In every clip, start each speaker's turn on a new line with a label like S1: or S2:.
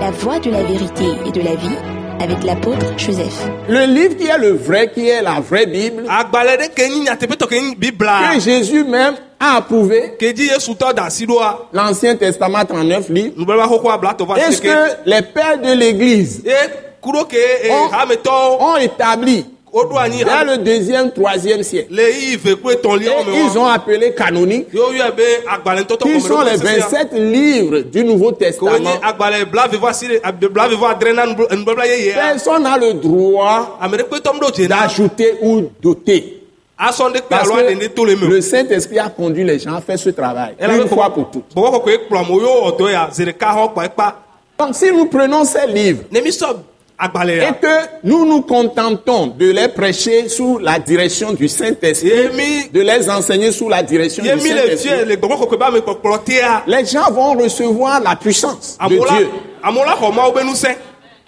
S1: la voie de la vérité et de la vie avec l'apôtre Joseph.
S2: Le livre qui est le vrai, qui est la vraie Bible,
S3: agbalẽ ɖe ke nyi nyateƒetɔ ke nyi
S2: que
S3: bibla
S2: Jésus même a approuvé,
S3: ke dzi yesu tɔ da asi ɖoa
S2: l'Ancien Testament 39 livres,
S3: nubabla xoxo abla tɔ va
S2: est-ce
S3: se ke
S2: que les pères de l'Église
S3: ye kuɖo ke eh,
S2: On-
S3: hametɔwo
S2: ont établi
S3: woɖo anyi
S2: dans
S3: hame-
S2: le deuxième, troisième siècle.
S3: le ɣeyiɣi ve kple
S2: Et
S3: tɔ̃lia me
S2: ils ont appelé canonique,
S3: woyɔe be agbalẽtɔtɔ
S2: qui sont les 27 livres du Nouveau
S3: ko
S2: Testament.
S3: wonye agbalẽ bla vevɔ asi ɖe ab- bla vevɔ adre na nubl- nubabla yeyea
S2: Personne n'a le droit
S3: ame ɖe kpe tɔm ɖo dze na
S2: d'ajouter ou d'ôter.
S3: asɔ ɖe kpe
S2: Parce
S3: alo aɖe ne to le
S2: que
S3: me
S2: le Saint-Esprit a conduit les gens à faire ce travail,
S3: Elle avait
S2: une fois pour toutes.
S3: bɔbɔ kɔkɔe kplɔ amewo yɔ wɔ dɔ ya zi ɖeka xɔ kpa ekpa
S2: Donc si nous prenons ces livres
S3: ne mi sɔ agbalẽ
S2: et
S3: ya
S2: que nous nous contentons de les prêcher sous la direction du Saint-Esprit,
S3: ye mi
S2: de les enseigner sous la direction
S3: ye
S2: du
S3: mi le fie
S2: Saint-Esprit,
S3: le gbɔgbɔ kɔkɔe ba me kpɔkplɔ tea
S2: les gens vont recevoir la puissance de
S3: amewo la
S2: Dieu.
S3: amewo la xɔ mawo be nusẽ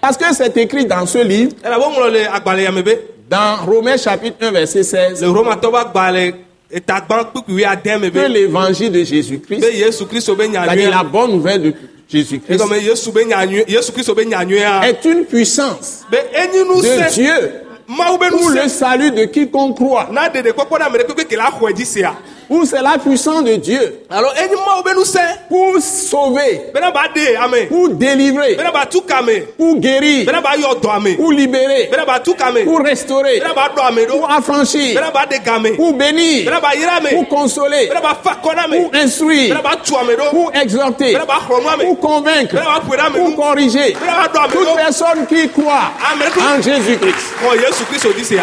S2: Parce que c'est écrit dans ce livre,
S3: elabe woŋlɔ le agbalẽ ya me be
S2: dans Romains chapitre 1, verset 16,
S3: le romatɔ ƒe agbalẽ etagba kpukpuiwui ade me
S2: que
S3: be
S2: l'évangile de
S3: be
S2: Jésus-Christ,
S3: yesu kristu be
S2: c'est-à-dire la
S3: nyanyuia
S2: bonne nouvelle de Jésus-Christ,
S3: egɔme yesu be nyanyui yesu kristu be nyanyuia
S2: est une puissance
S3: be enyi
S2: de
S3: nusẽ
S2: Dieu
S3: mawu be
S2: pour le
S3: nusẽ
S2: salut de quiconque croit.
S3: na ɖeɖe kpɔkpɔ ɖe ame ɖe kpekpe ke la xɔe dzi sea
S2: Ou c'est la puissance de Dieu
S3: alo enyi mawu be nusẽ
S2: pour sauver,
S3: bena ba ɖe ame
S2: pour délivrer,
S3: bena ba tu ka ame
S2: pour guérir,
S3: bena ba yɔ dɔ ame
S2: pour libérer,
S3: bena ba tu ka ame
S2: pour restaurer,
S3: bena ba ɖɔ ame
S2: pour
S3: ɖo
S2: affranchir,
S3: bena ba ɖe ga ame
S2: pour bénir,
S3: bena ba yra ame
S2: pour consoler,
S3: bena ba fa kɔ na ame
S2: pour instruire,
S3: bena ba tu ame ɖo
S2: pour exhorter,
S3: bena ba xlɔ nu ame
S2: pour convaincre,
S3: Bena ba ƒoe ɖe ame
S2: pour
S3: nu.
S2: corriger.
S3: bena ba ɖɔ ame
S2: Toute
S3: ɖo
S2: personne qui croit
S3: Amen.
S2: en Jésus-Christ.
S3: kɔ yesu kristu di sea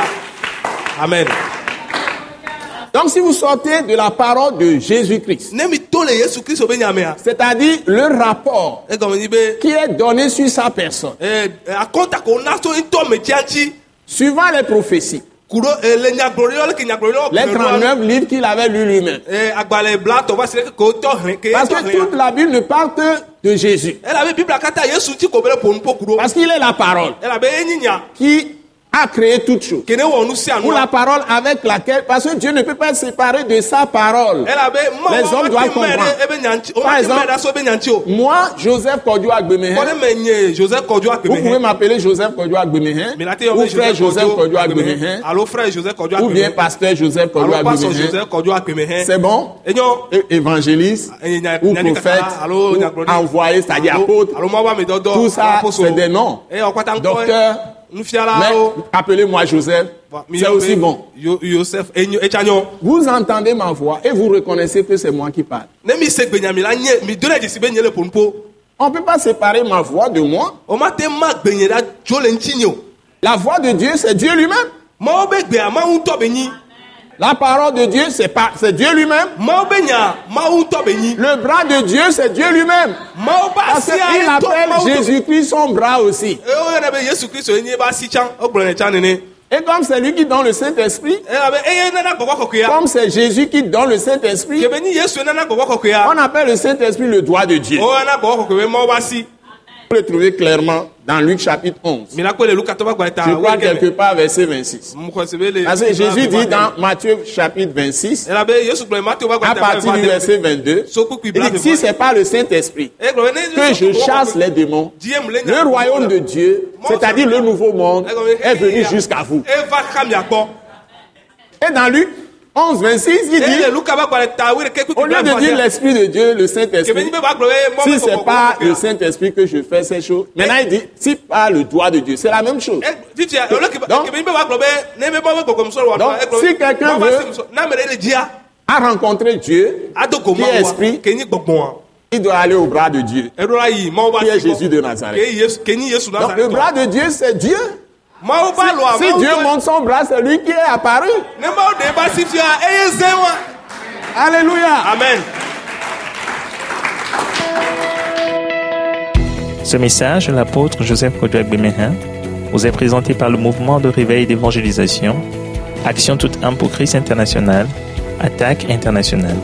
S3: amen
S2: Donc si vous sortez de la parole de Jésus-Christ,
S3: ne mi to le yesu kristu be nyamea
S2: c'est-à-dire le rapport
S3: egɔme nyi be
S2: qui est donné sur sa personne,
S3: ɛɛ akɔnta ko na so ŋutɔ me tia ŋtsi
S2: suivant les prophéties,
S3: ku ɖo ɛɛ le nyagblɔɖilawo le ke nyagblɔɖilawo
S2: les 39 livres qu'il avait lus lui-même.
S3: ɛɛ agbalẽ bla tɔ va se ɖe ke ko tɔ hlɛ ke
S2: Parce
S3: tɔ
S2: que
S3: hlɛ
S2: toute la Bible ne parle que de Jésus.
S3: ya elabe bibla katã yesu ŋuti ko be ɖe ƒonu po ku ɖo
S2: Parce qu'il est la parole
S3: elabe enyi nya
S2: qui a créé toute chose.
S3: ke ne wɔ nu sia nu
S2: Ou
S3: la
S2: la parole avec laquelle, parce que Dieu ne peut pas se séparer de sa parole.
S3: elabe ma
S2: Les
S3: wo
S2: hommes doivent
S3: mate mɛ
S2: comprendre.
S3: ɖe ebe nyantsi o
S2: Par
S3: mate mɛ
S2: exemple-
S3: ɖe aso ebe nyantsi o
S2: Moi, Joseph Kodjo Agbemehin,
S3: kɔ ne me nye joseph kɔdzo
S2: vous pouvez
S3: akpeme
S2: m'appeler Joseph Kodjo Agbemehin,
S3: mina te yɔ
S2: ou
S3: be
S2: frère Joseph Kodjo Agbemehin,
S3: Akpemehin, alo frère joseph kɔdzo
S2: ou bien
S3: akpeme
S2: pasteur Joseph Kodjo
S3: alo pastor
S2: Agbemehin.
S3: joseph kɔdzo akpeme
S2: C'est bon
S3: enyo
S2: É- Évangéliste,
S3: Eh, nya-
S2: ou
S3: nyani
S2: prophète,
S3: kaka, alo
S2: ou
S3: nyagbɔɖi.
S2: envoyé, c'est-à-dire apôtre,
S3: alo mɔbɔ ame dɔdɔ
S2: Tout ça, c'est des noms.
S3: Eh, hein?
S2: Docteur, mais
S3: nufialawo
S2: appelez-moi Joseph, c'est aussi bon.
S3: yosef eh, enyo etsanyɔ
S2: Vous entendez ma voix et vous reconnaissez que c'est moi qui parle.
S3: ne mi se gbenyami la nye mi do ne dzesi be nye le ponpo
S2: On ne peut pas séparer ma voix de moi.
S3: o ma te ma gbenye la tso le ŋuti nye o
S2: La voix de Dieu, c'est Dieu lui-même.
S3: mawo be gbea mawu ŋutɔ be nyi
S2: La parole de Dieu, c'est pas, c'est Dieu lui-même.
S3: mawo be nya mawu ŋutɔ be nyi
S2: Le bras de Dieu, c'est Dieu lui-même.
S3: mawo be
S2: Parce
S3: asi
S2: qu'il
S3: aye tɔ
S2: appelle
S3: mawu ŋutɔ
S2: Jésus-Christ son bras aussi.
S3: eye woyɔna Eh, be yesu kristu enye be asi tsã egblɔ ne tsã nene Eh,
S2: Et comme c'est lui qui donne le Saint-Esprit,
S3: elabe eye nana gbɔgbɔ kɔkɔea
S2: comme c'est Jésus qui donne le Saint-Esprit,
S3: kebe nyi yesu nana gbɔgbɔ kɔkɔea
S2: on appelle le Saint-Esprit le doigt de Dieu.
S3: woyɔna gbɔgbɔ kɔkɔe be mawo be asi
S2: Vous le trouvez clairement dans Luc chapitre 11.
S3: mina kpe le luka tɔba gba eta
S2: Je crois
S3: wekeme.
S2: quelque part verset 26.
S3: mukɔsi be le.
S2: Parce que Jésus dit dans Matthieu chapitre 26,
S3: elabe Eh, yesu gblɔ matthew ba
S2: à
S3: gba
S2: partir du verset 22, il dit, si ce n'est pas le Saint-Esprit
S3: Eh,
S2: que je chasse les démons, le royaume de Dieu, c'est-à-dire le nouveau monde, est venu jusqu'à vous.
S3: eva kamia gbɔ.
S2: Et dans Luc 11, 26, il
S3: eye
S2: dit,
S3: Eh, luka ba gba eta wele kekun
S2: au lieu de dire l'Esprit de Dieu, le
S3: kebe
S2: Saint-Esprit,
S3: ni bɛ ba gblɔ ye mɔ
S2: si ce n'est pas le Saint-Esprit que je fais ces choses, maintenant il dit, si pas le doigt de Dieu, c'est la même chose.
S3: titia olu Eh, kebe
S2: Donc-
S3: kebe ni bɛ ba gblɔ be ne bɛ bɔ bɛ gbɔgbɔ musɔrɔ wa.
S2: Donc, si quelqu'un veut-
S3: n'a mɛ de jia
S2: À rencontrer Dieu,
S3: a do goma
S2: Qui est
S3: wa
S2: esprit?
S3: kenyi gbɔgbɔn wa
S2: il doit aller au bras de Dieu.
S3: eɖola yi mɔwo ba
S2: Qui est
S3: si gbɔ.
S2: Jésus de Nazareth.
S3: Ke Yesu- kenyi yesu
S2: Donc le bras
S3: nazare
S2: de Dieu, c'est Dieu.
S3: mɔwo ba lɔ
S2: Si Dieu
S3: a
S2: monte son bras, c'est lui qui est apparu.
S3: ne mɔwo de ba si fia eye zɛn wa.
S2: Alléluia.
S3: amen.
S4: Ce message, de l'apôtre Joseph Kodouak Bemehin, vous est présenté par le mouvement de réveil d'évangélisation, Action toute âme pour Christ international, Attaque internationale.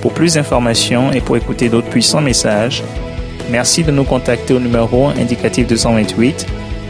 S4: Pour plus d'informations et pour écouter d'autres puissants messages, merci de nous contacter au numéro indicatif 228